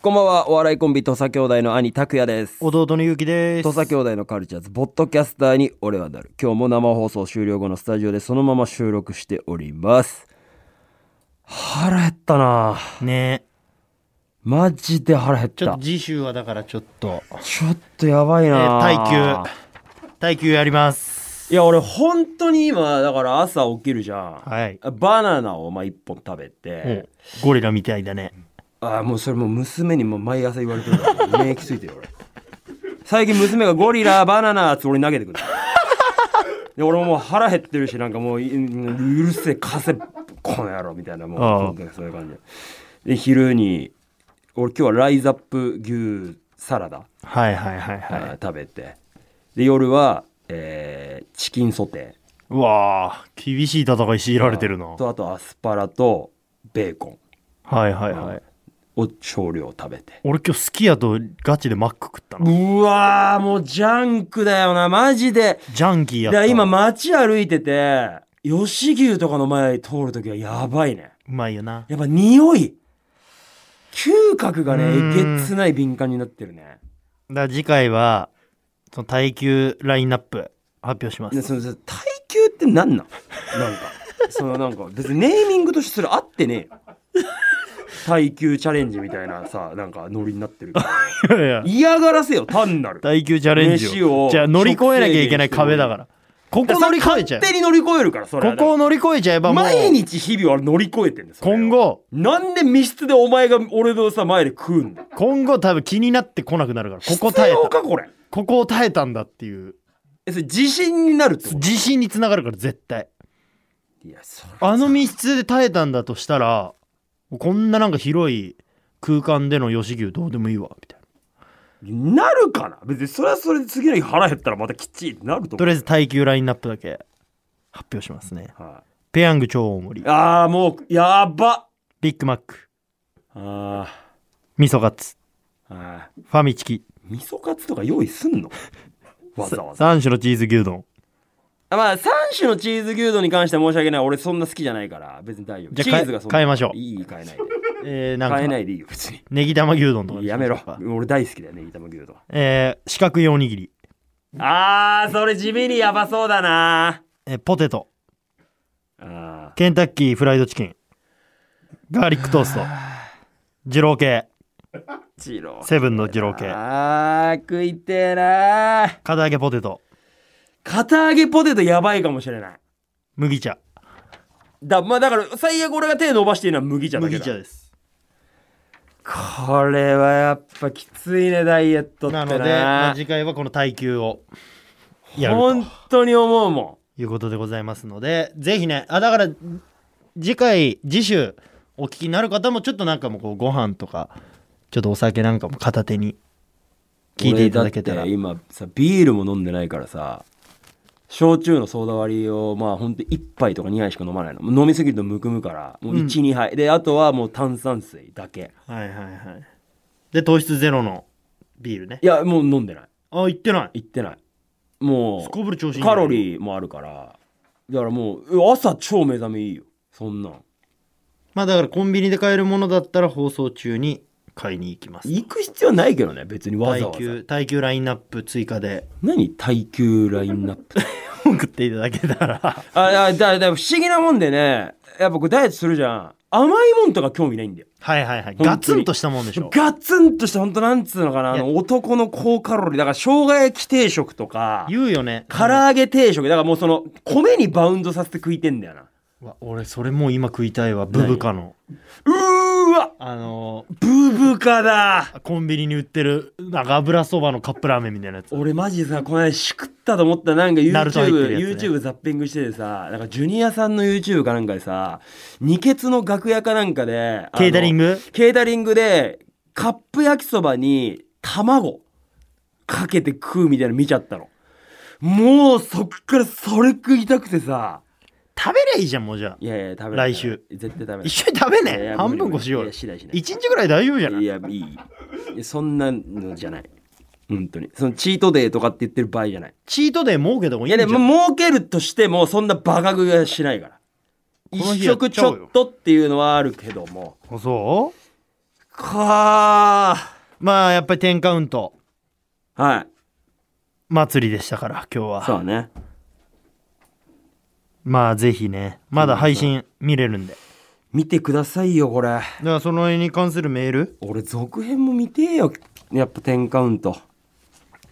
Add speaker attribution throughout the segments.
Speaker 1: こんばんは、お笑いコンビ、土佐兄弟の兄、拓也です。
Speaker 2: 弟のゆうきです。
Speaker 1: 土佐兄弟のカルチャーズ、ボッドキャスターに俺はなる。今日も生放送終了後のスタジオでそのまま収録しております。腹減ったな
Speaker 2: ね
Speaker 1: マジで腹減っ
Speaker 2: ちょったと。次週はだからちょっと、
Speaker 1: ちょっとやばい
Speaker 2: えー
Speaker 1: な
Speaker 2: 耐久、耐久やります。
Speaker 1: いや、俺本当に今、だから朝起きるじゃん。
Speaker 2: はい。
Speaker 1: バナナをまあ一本食べて、
Speaker 2: ゴリラみたいだね。
Speaker 1: ああ、もうそれもう娘にもう毎朝言われてるから、免疫ついてるよ俺。最近娘がゴリラ、バナナって俺に投げてくる。で、俺ももう腹減ってるし、なんかもう、いうるせえ、稼せ、この野郎みたいな、もう、そういう感じで。で、昼に、俺今日はライザップ牛サラダ、
Speaker 2: はいはいはいはい。
Speaker 1: あー食べて、で、夜は、えーチキンソテー。
Speaker 2: うわあ厳しい戦い強いられてるな。
Speaker 1: とあとアスパラとベーコン
Speaker 2: はいはいはい。
Speaker 1: を少量食べて
Speaker 2: 俺今日すき家とガチでマック食ったな。
Speaker 1: うわーもうジャンクだよなマジで
Speaker 2: ジャンキーや
Speaker 1: だか
Speaker 2: った。
Speaker 1: ら今、街歩いてて吉牛とかの前通るときはやばいね
Speaker 2: うまいよな。
Speaker 1: やっぱ匂い嗅覚がね
Speaker 2: うん
Speaker 1: えげつない敏感になってるね
Speaker 2: だから次回は、その耐久ラインナップ発表しま。
Speaker 1: ですそのその耐久って何なんなんかそのなんか別にネーミングとしてそれ合ってねえよ耐久チャレンジみたいなさなんかノリになってるけ ど
Speaker 2: いやいや
Speaker 1: 嫌がらせよ単なる
Speaker 2: 耐久チャレンジ
Speaker 1: 飯を
Speaker 2: を。じゃあ乗り越えなきゃいけない壁だから。ここ乗り越えちゃ
Speaker 1: 勝
Speaker 2: う。
Speaker 1: 手に乗り越えるからそれは
Speaker 2: ここを乗り越えちゃえばもう。
Speaker 1: 毎日日々は乗り越えてんです
Speaker 2: 今後、
Speaker 1: なんで密室でお前が俺のさ前で食うんだよ
Speaker 2: 今後多分気になってこなくなるから、ここ耐え
Speaker 1: 必要か
Speaker 2: た。
Speaker 1: これ
Speaker 2: ここを耐えたんだっていう、
Speaker 1: えそれ自信になるってこと
Speaker 2: 自信につながるから絶対。
Speaker 1: いやそれ
Speaker 2: あの密室で耐えたんだとしたら、こんななんか広い空間での吉牛どうでもいいわ、みたいな。
Speaker 1: なるかな別にそれはそれで次の日腹減ったらまたきっちりってなると思
Speaker 2: と
Speaker 1: う
Speaker 2: りあえず耐久ラインナップだけ発表しますね。
Speaker 1: は
Speaker 2: ペヤング超大盛
Speaker 1: い
Speaker 2: り、
Speaker 1: あーもうやば
Speaker 2: ビッグマック、
Speaker 1: あ
Speaker 2: 味噌カツ、
Speaker 1: ーあー
Speaker 2: ファミチキ、
Speaker 1: 味噌カツとか用意す んのわざわざ
Speaker 2: 3種のチーズ牛丼。
Speaker 1: あまあ3種のチーズ牛丼に関しては申し訳ない俺そんな好きじゃないから別に大丈夫
Speaker 2: じゃあ
Speaker 1: チーズがそんな
Speaker 2: 変え変えましょう
Speaker 1: いい変えないで
Speaker 2: えー、なん
Speaker 1: 変えな
Speaker 2: か、
Speaker 1: いでいいよ別に
Speaker 2: ネギ玉牛丼とかにし
Speaker 1: や
Speaker 2: まし
Speaker 1: め
Speaker 2: ょう
Speaker 1: ろ
Speaker 2: か。
Speaker 1: 俺大好きだよね炒め牛丼
Speaker 2: えー、四角いおにぎり、
Speaker 1: あー、それ地味にやばそうだな。
Speaker 2: えーポテト、
Speaker 1: あ
Speaker 2: ケンタッキーフライドチキンガーリックトースト二郎系
Speaker 1: ー、ジロー。
Speaker 2: セブンの二郎系
Speaker 1: あー、食いてえなー。
Speaker 2: 片揚げポテト
Speaker 1: 片揚げポテトやばいかもしれない。
Speaker 2: 麦茶
Speaker 1: だ、まあだから、最悪俺が手伸ばしていいのは麦茶だけ
Speaker 2: 麦
Speaker 1: だ。
Speaker 2: 茶です
Speaker 1: これはやっぱきついね、ダイエットって
Speaker 2: な
Speaker 1: な。
Speaker 2: のでまあ次回はこの耐久をやる
Speaker 1: 本当に思うも
Speaker 2: ということでございますのでぜひねあだから次回次週お聞きになる方もちょっとなんかもうこうご飯とかちょっとお酒なんかも片手に
Speaker 1: ん。
Speaker 2: 聞いていただけた
Speaker 1: 俺だ
Speaker 2: ら
Speaker 1: って今さ、ビールも飲んでないからさ、焼酎のソーダ割りを、まあほんと1杯とか2杯しか飲まないの。飲みすぎるとむくむから、もう1、2杯。で、あとはもう炭酸水だけ。
Speaker 2: はいはいはいで糖質ゼロのビールね
Speaker 1: いや、もう飲んでない。
Speaker 2: あ行ってない
Speaker 1: 行ってないも
Speaker 2: すこ
Speaker 1: う
Speaker 2: ぶる調子いいんじゃ
Speaker 1: カ
Speaker 2: ない
Speaker 1: ロリーもあるからだからもう朝超目覚めいいよそんなん
Speaker 2: まあだからコンビニで買えるものだったら放送中に買いに行きます。
Speaker 1: 行く必要ないけどね別にわざ
Speaker 2: 耐
Speaker 1: わざ
Speaker 2: 久、耐久ラインナップ追加で
Speaker 1: 何耐久ラインナップ
Speaker 2: 送っていただけたら。
Speaker 1: ああだだ不思議なもんでねやっぱこうダイエットするじゃん甘いもんとか興味ないんだよ
Speaker 2: はいはいはい。
Speaker 1: 当に
Speaker 2: ガツンとしたもんでしょ。
Speaker 1: ガツンとしたほんとなんつうのかなあ
Speaker 2: い
Speaker 1: の男の高カロリーだから生姜焼き定食とか
Speaker 2: 言うよね。
Speaker 1: 唐揚げ定食だからもうその米にバウンドさせて食いてんだよな
Speaker 2: うわ俺それもう今食いたいわ。ブブカの。
Speaker 1: うーわ
Speaker 2: あの
Speaker 1: ブブカだ
Speaker 2: ーコンビニに売ってる、なんか油そばのカップラーメンみたいなやつ。
Speaker 1: 俺マジでさこの間しくったと思ったなんか YouTube,
Speaker 2: ナルト入ってるやつね
Speaker 1: YouTube ザッピングしててさなんかジュニアさんの YouTube かなんかでさ二血の楽屋かなんかで
Speaker 2: ケータリン
Speaker 1: グ
Speaker 2: グ
Speaker 1: ケータリングでカップ焼きそばに卵かけて食うみたいなの見ちゃったのもうそっからそれ食いたくてさ
Speaker 2: 食べりゃいいじゃん、もうじゃあ
Speaker 1: い。やいや食べ
Speaker 2: 来週
Speaker 1: 絶対食べ
Speaker 2: 一緒に食べ
Speaker 1: いやい
Speaker 2: ね
Speaker 1: や。
Speaker 2: 半
Speaker 1: 無
Speaker 2: 分
Speaker 1: 理無
Speaker 2: こ
Speaker 1: 理
Speaker 2: し
Speaker 1: いう
Speaker 2: よ
Speaker 1: や
Speaker 2: よ。
Speaker 1: しないしない
Speaker 2: 一日ぐらい大丈夫じゃない
Speaker 1: いやいいいやそんなのじゃない本当にそのチートデーとかって言ってる場合じゃない
Speaker 2: チートデー設けた方が
Speaker 1: い
Speaker 2: いい
Speaker 1: や
Speaker 2: ん
Speaker 1: で
Speaker 2: じゃん
Speaker 1: も儲けるとしてもそんなバカ食いはしないから
Speaker 2: この
Speaker 1: 一
Speaker 2: 日やっ
Speaker 1: 食ち
Speaker 2: ちゃおうよ
Speaker 1: ょっとっていうのはあるけども
Speaker 2: あそう
Speaker 1: か
Speaker 2: まあやっぱり10カウント
Speaker 1: ーはい
Speaker 2: 祭りでしたから今日は
Speaker 1: そうね
Speaker 2: まあぜひねまだ配信見れるんで
Speaker 1: 見てくださいよこれ
Speaker 2: だからその辺に関するメール
Speaker 1: 俺続編も見てえよやっぱ10カウント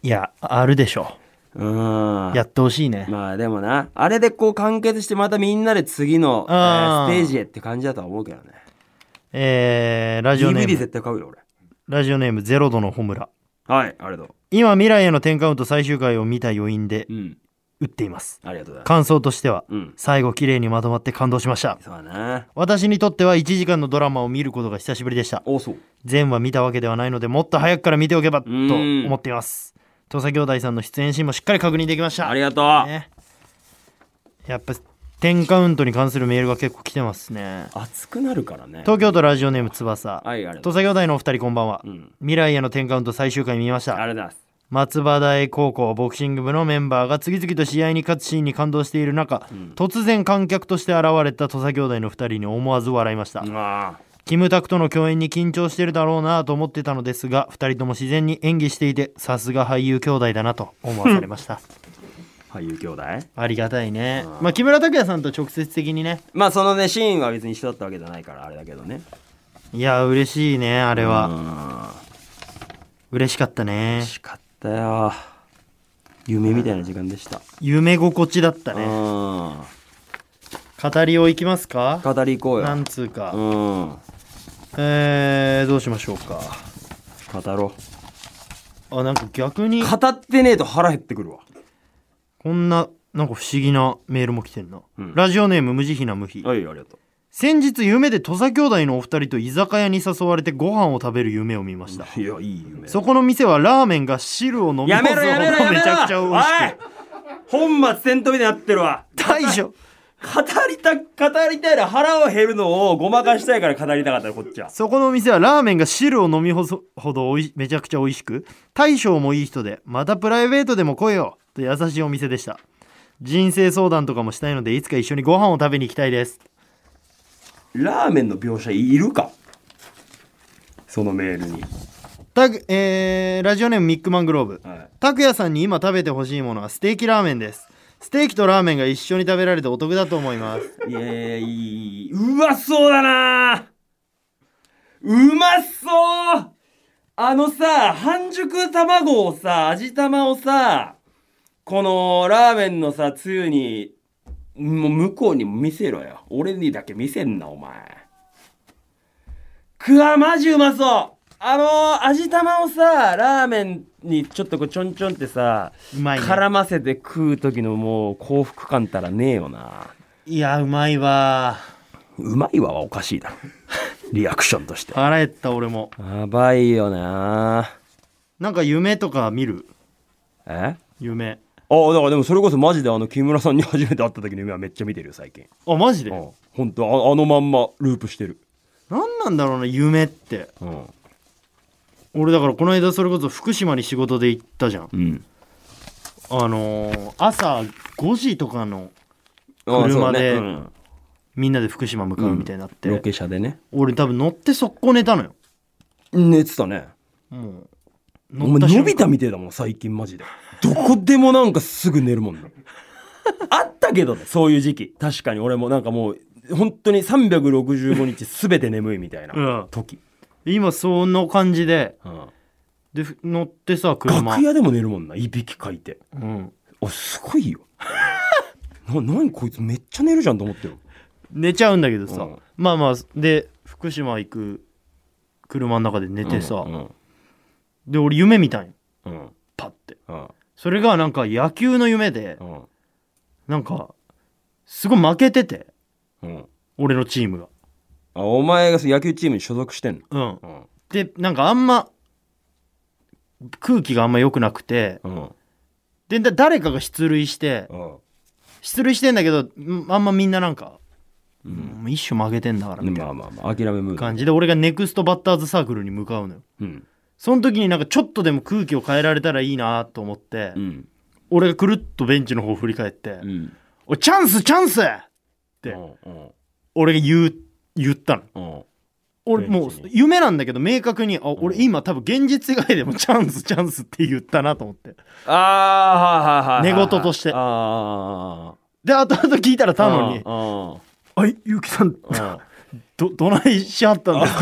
Speaker 2: いやあるでしょ
Speaker 1: うーん
Speaker 2: やってほしいね
Speaker 1: まあでもなあれでこう完結してまたみんなで次の、えー
Speaker 2: あー
Speaker 1: ステージへって感じだとは思うけどね
Speaker 2: えー、ラジオネ
Speaker 1: DVD
Speaker 2: ーム
Speaker 1: 絶対買うよ俺
Speaker 2: ラジオネームゼロ度のホムラ
Speaker 1: はいありがとう
Speaker 2: 今未来への10カウント最終回を見た余韻で
Speaker 1: うん
Speaker 2: 打っています
Speaker 1: ありがとうございます
Speaker 2: 感想としては
Speaker 1: うん
Speaker 2: 最後綺麗にまとまって感動しました
Speaker 1: そうだな
Speaker 2: 私にとっては1時間のドラマを見ることが久しぶりでした
Speaker 1: おそう
Speaker 2: 全話見たわけではないのでもっと早くから見ておけばと
Speaker 1: うん
Speaker 2: 思っています土佐兄弟さんの出演シーンもしっかり確認できました
Speaker 1: ありがとう、
Speaker 2: ね、やっぱ10カウントに関するメールが結構来てますね
Speaker 1: 熱くなるからね
Speaker 2: 東京都ラジオネーム翼
Speaker 1: はいありがと
Speaker 2: 土
Speaker 1: う
Speaker 2: 佐兄弟のお二人こんばんは、
Speaker 1: うん
Speaker 2: 未来への10カウント最終回見まし
Speaker 1: あり
Speaker 2: た
Speaker 1: がとうございます
Speaker 2: 松葉台高校ボクシング部のメンバーが次々と試合に勝つシーンに感動している中、突然観客として現れた土佐兄弟の二人に思わず笑いました、
Speaker 1: うわ
Speaker 2: キムタクとの共演に緊張してるだろうなと思ってたのですが二人とも自然に演技していてさすが俳優兄弟だなと思わされました
Speaker 1: ー俳優兄弟
Speaker 2: ありがたいね、まあ、木村拓哉さんと直接的にね
Speaker 1: まあそのねシーンは別に一緒だったわけじゃないからあれだけどね
Speaker 2: いや嬉しいねあれ
Speaker 1: う
Speaker 2: は
Speaker 1: ん
Speaker 2: 嬉しかったね
Speaker 1: 嬉しかったよ夢みたいな時間でした、
Speaker 2: 夢心地だったね
Speaker 1: う
Speaker 2: 語りをいきますか
Speaker 1: ん語り行こう
Speaker 2: な
Speaker 1: よ
Speaker 2: んつうか、
Speaker 1: うん
Speaker 2: えー、どうしましょうか
Speaker 1: 語ろ
Speaker 2: あなんか逆に
Speaker 1: う語ってねえと腹減ってくるわ
Speaker 2: こんななんか不思議なメールも来てんな、
Speaker 1: うん
Speaker 2: ラジオネーム無慈悲な無比
Speaker 1: はいありがと
Speaker 2: 先日夢で土佐兄弟のお二人と居酒屋に誘われてご飯を食べる夢を見ました
Speaker 1: ういやいい夢
Speaker 2: そこの店はラーメンが汁を飲み
Speaker 1: やめろやめろやめろ
Speaker 2: めちゃくちゃ美味しく
Speaker 1: おい本末転倒みたいになってるわ
Speaker 2: 大将
Speaker 1: 語りた語りたいら腹を減るのをごまかしたいから語りたかったよこっちは
Speaker 2: そこの店はラーメンが汁を飲みほそほどおいめちゃくちゃ美味しく大将もいい人でまたプライベートでも来いよと優しいお店でした人生相談とかもしたいのでいつか一緒にご飯を食べに行きたいです
Speaker 1: ラーメンの描写いるかそのメールに、
Speaker 2: たくえーラジオネームミックマングローブ
Speaker 1: はい、
Speaker 2: 拓也さんに今食べてほしいものはステーキラーメンですステーキとラーメンが一緒に食べられてお得だと思います
Speaker 1: いやいやいいうまそうだなうまそうあのさ半熟卵をさ味玉をさこのラーメンのさつゆにもう向こうにも見せろよ俺にだけ見せんなお前くわマジうまそうあの味玉をさラーメンにちょっとこうちょんちょんってさ
Speaker 2: うまい、ね、
Speaker 1: 絡ませて食う時のもう幸福感たらねえよない
Speaker 2: やうまいわ
Speaker 1: うまいわはおかしい だろ。リアクションとして。
Speaker 2: 腹減った俺も
Speaker 1: やばいよな
Speaker 2: なんか夢とか見る
Speaker 1: え
Speaker 2: 夢
Speaker 1: ああ、だからでもそれこそマジであの木村さんに初めて会った時の夢はめっちゃ見てるよ、最近。
Speaker 2: あマジで
Speaker 1: うん。ほんと、ああのまんまループしてる。
Speaker 2: 何なんだろうな夢って
Speaker 1: うん。
Speaker 2: 俺だからこの間それこそ福島に仕事で行ったじゃん
Speaker 1: うん。
Speaker 2: あのー朝5時とかの
Speaker 1: ああそう
Speaker 2: 車で
Speaker 1: うん
Speaker 2: みんなで福島向かうみたいになって、
Speaker 1: ロケ車でね。
Speaker 2: 俺多分乗って速攻寝たのよ
Speaker 1: 寝てたね。
Speaker 2: もう
Speaker 1: お
Speaker 2: った
Speaker 1: 前
Speaker 2: 瞬
Speaker 1: 伸
Speaker 2: 間
Speaker 1: びたみてえだもん、最近マジで。どこでもなんかすぐ寝るも んね。あったけどね、そういう時期。確かに俺もなんかもう、本当に365日すべて眠いみたいな時。
Speaker 2: 今そんな感じで
Speaker 1: うん
Speaker 2: でふ乗ってさ車
Speaker 1: 楽、屋でも寝るもんないびきかいて
Speaker 2: うん、
Speaker 1: あすごいよ な何こいつめっちゃ寝るじゃんと思ってる
Speaker 2: 寝ちゃうんだけどさ、
Speaker 1: うん
Speaker 2: まあまあで福島行く車の中で寝てさ、
Speaker 1: うん
Speaker 2: で俺夢見たんよ
Speaker 1: うん
Speaker 2: パッて
Speaker 1: うん
Speaker 2: それがなんか野球の夢で
Speaker 1: うん
Speaker 2: なんかすごい負けてて
Speaker 1: うん
Speaker 2: 俺のチームが
Speaker 1: あお前がそう野球チームに所属してん
Speaker 2: うん
Speaker 1: の
Speaker 2: でなんかあんま空気があんま良くなくて
Speaker 1: うんうん
Speaker 2: でだ誰かが出塁して
Speaker 1: うん
Speaker 2: 出塁してんだけどんあんまみんななんか、
Speaker 1: う
Speaker 2: もう一種負けてんだからみた
Speaker 1: ま
Speaker 2: い
Speaker 1: あ
Speaker 2: な
Speaker 1: まあまあ諦めムード
Speaker 2: 感じで俺がネクストバッターズサークルに向かうのよ
Speaker 1: うん
Speaker 2: その時になんかちょっとでも空気を変えられたらいいなと思って、
Speaker 1: うん
Speaker 2: 俺がくるっとベンチの方振り返って「
Speaker 1: うん
Speaker 2: おいチャンスチャンス!」って
Speaker 1: うんうん
Speaker 2: 俺が言う言ったの
Speaker 1: うん
Speaker 2: 俺もう
Speaker 3: 現地に
Speaker 2: 夢なんだけど明確にあ俺今多分現実以外でもチャンスチャンスって言ったなと思って
Speaker 1: ああーはいはいはいはい
Speaker 2: 寝言として
Speaker 1: ああ
Speaker 2: で後々聞いたらタノに
Speaker 1: あー
Speaker 2: 「あいゆきさん
Speaker 1: あー
Speaker 2: ど どないしはったんです
Speaker 1: あー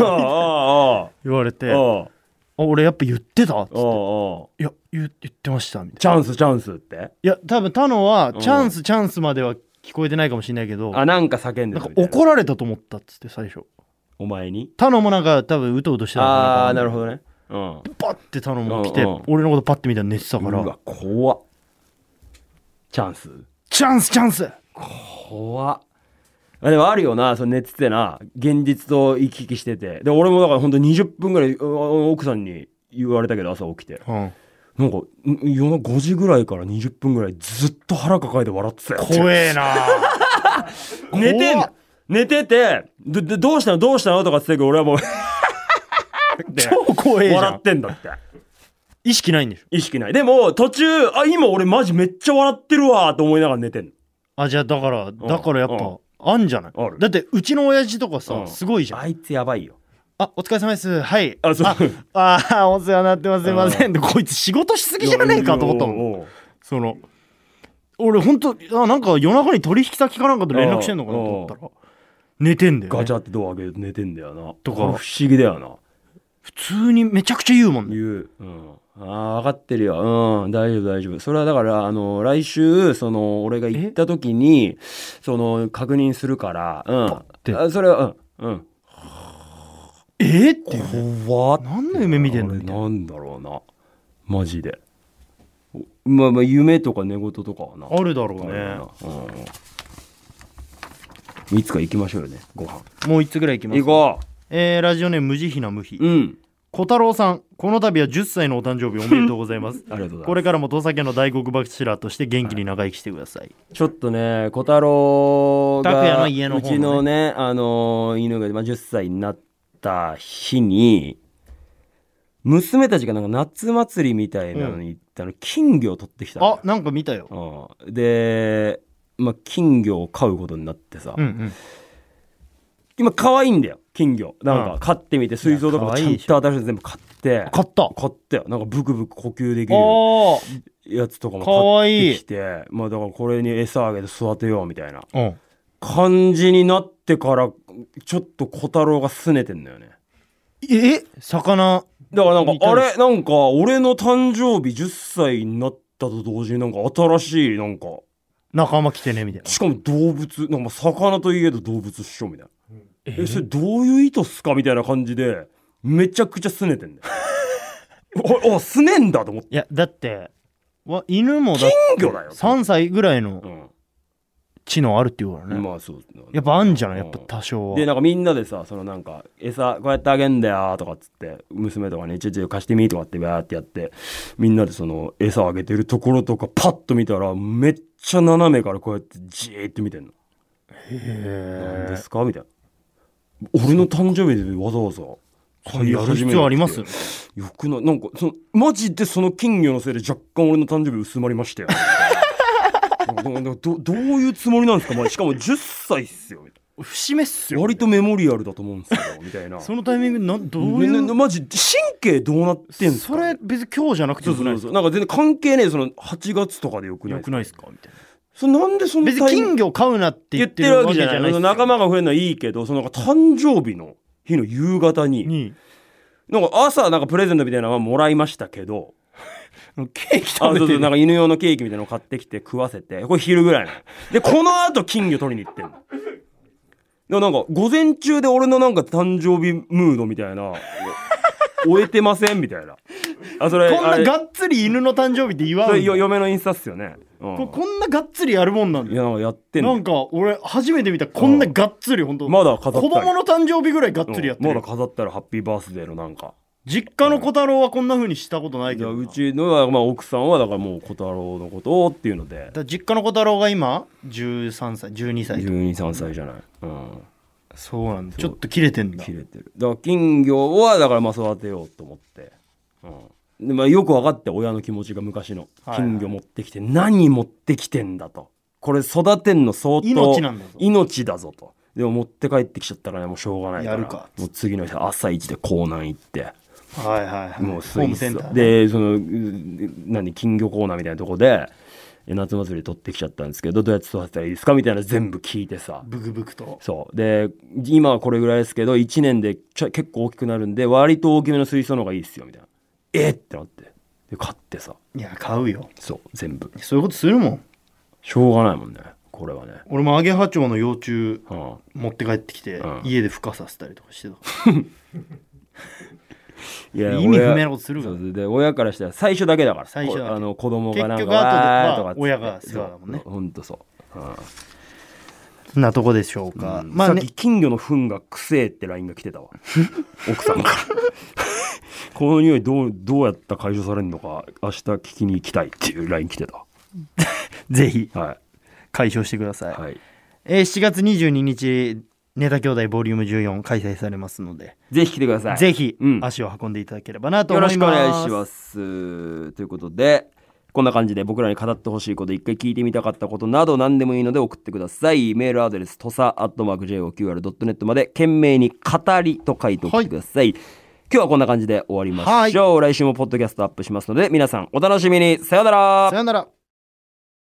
Speaker 2: か?」
Speaker 1: あ
Speaker 2: 言われて「
Speaker 1: ーあ
Speaker 2: あ
Speaker 1: ー
Speaker 2: 俺やっぱ言ってた?」っ
Speaker 1: あ
Speaker 2: つって
Speaker 1: ー
Speaker 2: 「いや言言ってました」みたいな
Speaker 1: チャンスチャンスって
Speaker 2: いや多分タノは
Speaker 1: うん
Speaker 2: チャンスチャンスまでは聞こえてないかもしれないけど
Speaker 1: あなんか叫んで
Speaker 2: なん
Speaker 1: る
Speaker 2: か
Speaker 1: みたいな
Speaker 2: 怒られたと思ったっつって最初
Speaker 1: お前に
Speaker 2: タノもなんか多分うとうとしてたのか
Speaker 1: ああーなるほどねうん
Speaker 2: パッてタノも来て
Speaker 1: うんうん
Speaker 2: 俺のことパッて見たら寝てたか
Speaker 1: う
Speaker 2: ら
Speaker 1: わ怖っチャンス
Speaker 2: 「チャンスチャンス!」
Speaker 1: 怖っあでもあるよなその寝ててな現実と行き来しててで俺もだからほんと20分ぐらいうわ奥さんに言われたけど朝起きて
Speaker 2: うん
Speaker 1: なんかん夜中5時ぐらいから20分ぐらいずっと腹抱えて笑ってたよ
Speaker 2: 怖えな
Speaker 1: 寝てん
Speaker 2: 怖
Speaker 1: の
Speaker 2: っ
Speaker 1: 寝ててどどどうしたのどうしたのとかって言ってたけど俺はもう って
Speaker 2: 超怖えじゃ
Speaker 1: 笑っ
Speaker 2: ん
Speaker 1: てんだって
Speaker 2: 意識ないんでしょ
Speaker 1: 意識ないでも途中あ今俺マジめっちゃ笑ってるわと思いながら寝てんの
Speaker 2: あじゃあだからだからやっ
Speaker 1: うん
Speaker 2: ぱあんじゃない
Speaker 1: ある
Speaker 2: だってうちの親父とか
Speaker 1: う
Speaker 2: さ
Speaker 1: ん
Speaker 2: すごいじゃん
Speaker 1: あいつやばいよ
Speaker 2: あお疲れ様ですはい
Speaker 1: あそう
Speaker 2: ああお世話になってますすいませんでこいつ仕事しすぎじゃねえかと思ったもん
Speaker 1: おうおうおう
Speaker 2: その俺本当あなんか夜中に取引先かなんかと連絡してんのかなと思ったら寝てんだよ、ね、
Speaker 1: ガチャってドア開けて寝てんだよな。
Speaker 2: とか
Speaker 1: これ不思議だよな。
Speaker 2: 普通にめちゃくちゃ言うもんね
Speaker 1: 言う。うん。ああ、分かってるよ。うん。大丈夫、大丈夫。それはだから、あの、来週、その、俺が行った時に、その、確認するから、
Speaker 2: て
Speaker 1: うん。あそれは、うん。
Speaker 2: えー、っていう
Speaker 1: うん。怖っ
Speaker 2: 何の夢見てんの
Speaker 1: あれ
Speaker 2: みたいな
Speaker 1: なんだろうな。マジで。おまあまあ、夢とか寝言とかはな。
Speaker 2: あるだろう
Speaker 1: ある
Speaker 2: ね
Speaker 1: よな。うん。いつか行きましょうよね、ご飯。
Speaker 2: もう1つぐらいいきます
Speaker 1: 行こ
Speaker 2: えーラジオネーム無慈悲な無比
Speaker 1: う。うん。
Speaker 2: 小太郎さんこの度は10歳のお誕生日おめでとうございます
Speaker 1: ありがとうございます
Speaker 2: これからも土佐家の大黒柱として元気に長生きしてくださ い、
Speaker 1: ちょっとね、小太郎が、
Speaker 2: 拓也の家の方
Speaker 1: う
Speaker 2: のね
Speaker 1: ちのね、あのー犬が、まあ、10歳になった日に、娘たちがなんか夏祭りみたいなのに行ったの、金魚を取ってきたの
Speaker 2: あなんか見たよ
Speaker 1: ようんで、まあ、金魚を飼うことになってさ、
Speaker 2: うんうん
Speaker 1: 今可愛いんだよ、金魚。なん
Speaker 2: う
Speaker 1: か
Speaker 2: ん
Speaker 1: 飼ってみて、水槽とかもち
Speaker 2: い
Speaker 1: ゃ
Speaker 2: や可愛い
Speaker 1: ん
Speaker 2: でしょ
Speaker 1: と新しい全部飼って、
Speaker 2: 買ったあ
Speaker 1: 飼ったよ。なんかブクブク呼吸できる
Speaker 2: あ
Speaker 1: やつとかも
Speaker 2: かわ
Speaker 1: 買
Speaker 2: い
Speaker 1: っ
Speaker 2: い
Speaker 1: てきて、まあだからこれに餌あげて育てようみたいな。
Speaker 2: うん
Speaker 1: 感じになってからちょっと小太郎が拗ねてんだよね
Speaker 2: え魚
Speaker 1: だからなん
Speaker 2: 似
Speaker 1: か
Speaker 2: た
Speaker 1: あ
Speaker 2: り
Speaker 1: れなんか俺の誕生日10歳になったと同時になんか新しいなんか
Speaker 2: 仲間来てねみたいな
Speaker 1: しかも動物なんか魚といえど動物っしょみたいな、えそれどういう意図っすかみたいな感じでめちゃくちゃ拗ねてんだよ おお拗ねんだと思って
Speaker 2: いやだってわ犬もだ
Speaker 1: 金魚だよ
Speaker 2: 3歳ぐらいの
Speaker 1: う
Speaker 2: 知能あるって言うからね、
Speaker 1: んまあそう
Speaker 2: やっぱあんじゃないやっぱ多少は
Speaker 1: でなんかみんなでさそのなんか餌こうやってあげんだよとかっつって娘とかに「ちょちょ貸してみ」とかってバーってやってみんなでその餌あげてるところとかパッと見たらめっちゃ斜めからこうやってじーって見てんの「何
Speaker 2: へ
Speaker 1: ですか?」みたいな「俺の誕生日でわざわざ飼
Speaker 2: え
Speaker 1: い
Speaker 2: やる
Speaker 1: 始め
Speaker 2: 必
Speaker 1: るって
Speaker 2: 要あります
Speaker 1: よくないなんかそのマジでその金魚のせいで若干俺の誕生日薄まりましたよなんかどどういうつもりなんですか、まあ、しかも10歳っ すよみたいな
Speaker 2: 節目っす
Speaker 1: 割とメモリアルだと思うんですけどみた いな
Speaker 2: そのタイミングなんどう
Speaker 1: ね
Speaker 2: い
Speaker 1: ねね
Speaker 2: う
Speaker 1: マジ神経どうなってんすか
Speaker 2: それ別に今日じゃなくて
Speaker 1: そ
Speaker 2: よ
Speaker 1: うそ
Speaker 2: く
Speaker 1: うそ
Speaker 2: ないうです
Speaker 1: そうな
Speaker 2: か
Speaker 1: んか全然関係ねえその8月とかでよくない
Speaker 2: よくないですかみたい
Speaker 1: それなんでその
Speaker 2: な別
Speaker 1: タ
Speaker 2: に
Speaker 1: イミン
Speaker 2: 金
Speaker 1: グ
Speaker 2: 魚飼うなって
Speaker 1: 言
Speaker 2: 言
Speaker 1: っ
Speaker 2: ってて
Speaker 1: る
Speaker 2: る
Speaker 1: わ
Speaker 2: わ
Speaker 1: け
Speaker 2: け
Speaker 1: じ
Speaker 2: じ
Speaker 1: ゃ
Speaker 2: ゃ
Speaker 1: ない
Speaker 2: ない
Speaker 1: その仲間が増えるのはいいけどそのなんか誕生日の日の夕方に
Speaker 2: に
Speaker 1: なんか朝なんかプレゼントみたいなのはもらいましたけど
Speaker 2: ケーキ
Speaker 1: あ
Speaker 2: 食
Speaker 1: そう
Speaker 2: べ
Speaker 1: そ
Speaker 2: て
Speaker 1: うなん
Speaker 2: る
Speaker 1: か犬用のケーキみたいなの買ってきて食わせてこれ昼ぐらいなのでこの後金魚取りに行ってんのでもなんか午前中で俺のなんか誕生日ムードみたいな終えてませんみたいなあそれ
Speaker 2: こん
Speaker 1: あ
Speaker 2: な
Speaker 1: れ
Speaker 2: がっつり犬の誕生日って言わ
Speaker 1: そ
Speaker 2: ん
Speaker 1: れよ
Speaker 2: の
Speaker 1: 嫁のインスタっすよね、うん
Speaker 2: ここんながっつりやるもんなん
Speaker 1: い
Speaker 2: だ
Speaker 1: やなんかやってん
Speaker 2: な
Speaker 1: の
Speaker 2: んか俺初めて見たこんながっつり本当
Speaker 1: まだ飾った
Speaker 2: 子
Speaker 1: り
Speaker 2: 供の誕生日ぐらいがっつりやって
Speaker 1: うんま
Speaker 2: る
Speaker 1: だ飾ったらハッピーバースデーのなんか
Speaker 2: 実家の小太郎はこんな風にしたことない
Speaker 1: い
Speaker 2: け
Speaker 1: や
Speaker 2: どな
Speaker 1: うちのは、まあ、奥さんはだからもう小太郎のことをっていうので
Speaker 2: だから実家の小太郎が今13歳12歳とか
Speaker 1: 123歳じゃないうん
Speaker 2: そうなんだちょっと切れてんだ
Speaker 1: 切れてるだから金魚はだからまあ育てようと思って、うんでまあ、よく分かって親の気持ちが昔の
Speaker 2: はいはい
Speaker 1: 金魚持ってきて何持ってきてんだとこれ育てんの相当
Speaker 2: 命なんだぞ
Speaker 1: 命だぞとでも持って帰ってきちゃったらねもうしょうがないから
Speaker 2: やるか
Speaker 1: もう次の日朝一で港南行って
Speaker 2: はいはいはい
Speaker 1: もうス
Speaker 2: ホ
Speaker 1: イ
Speaker 2: ーム
Speaker 1: ス
Speaker 2: センターね
Speaker 1: でそのう何金魚コーナーみたいなとこで夏祭り取ってきちゃったんですけどどうやって育てたらいいですかみたいなの全部聞いてさ
Speaker 2: ブクブクと
Speaker 1: そうで今はこれぐらいですけど1年でちょ結構大きくなるんで割と大きめの水槽の方がいいですよみたいなえっってなってで買ってさ
Speaker 2: いや買うよ
Speaker 1: そう全部
Speaker 2: そういうことするもん
Speaker 1: しょうがないもんねこれはね
Speaker 2: 俺もアゲハチョウの幼虫
Speaker 1: うん
Speaker 2: 持って帰ってきて、
Speaker 1: うん
Speaker 2: 家で孵化させたりとかしてた
Speaker 1: いや
Speaker 2: 意味
Speaker 1: 親
Speaker 2: 不明なことするから
Speaker 1: そうで親からしたら最初だけだから
Speaker 2: 最初だけ
Speaker 1: こあの子供がなんか
Speaker 2: 結局後で
Speaker 1: わー
Speaker 2: まあ
Speaker 1: っつって
Speaker 2: 親が世話だもんね
Speaker 1: そうほんとそう、うん
Speaker 2: そんなとこでしょうか、
Speaker 1: うん
Speaker 2: まあね
Speaker 1: さっき金魚の糞がくせえって LINE が来てたわ 奥さんから この匂いどうどうやったら解消されるのか明日聞きに行きたいっていう LINE 来てた
Speaker 2: ぜひ
Speaker 1: は
Speaker 2: 解消してください、
Speaker 1: いはい
Speaker 2: えー7月22日ネタ兄弟ボリューム14開催されますので、
Speaker 1: ぜひ来てください
Speaker 2: ぜひ
Speaker 1: うん
Speaker 2: 足を運んでいただければなと
Speaker 1: よ
Speaker 2: 思い
Speaker 1: ろ
Speaker 2: ます
Speaker 1: しくお願いしますということでこんな感じで僕らに語ってほしいこと一回聞いてみたかったことなど何でもいいので送ってくださいメールアドレスとさ atmarkjoqr.net まで懸命に「語り」と書いておいてください、今日はこんな感じで終わりましょう、来週もポッドキャストアップしますので皆さんお楽しみにさようなら
Speaker 2: さよなら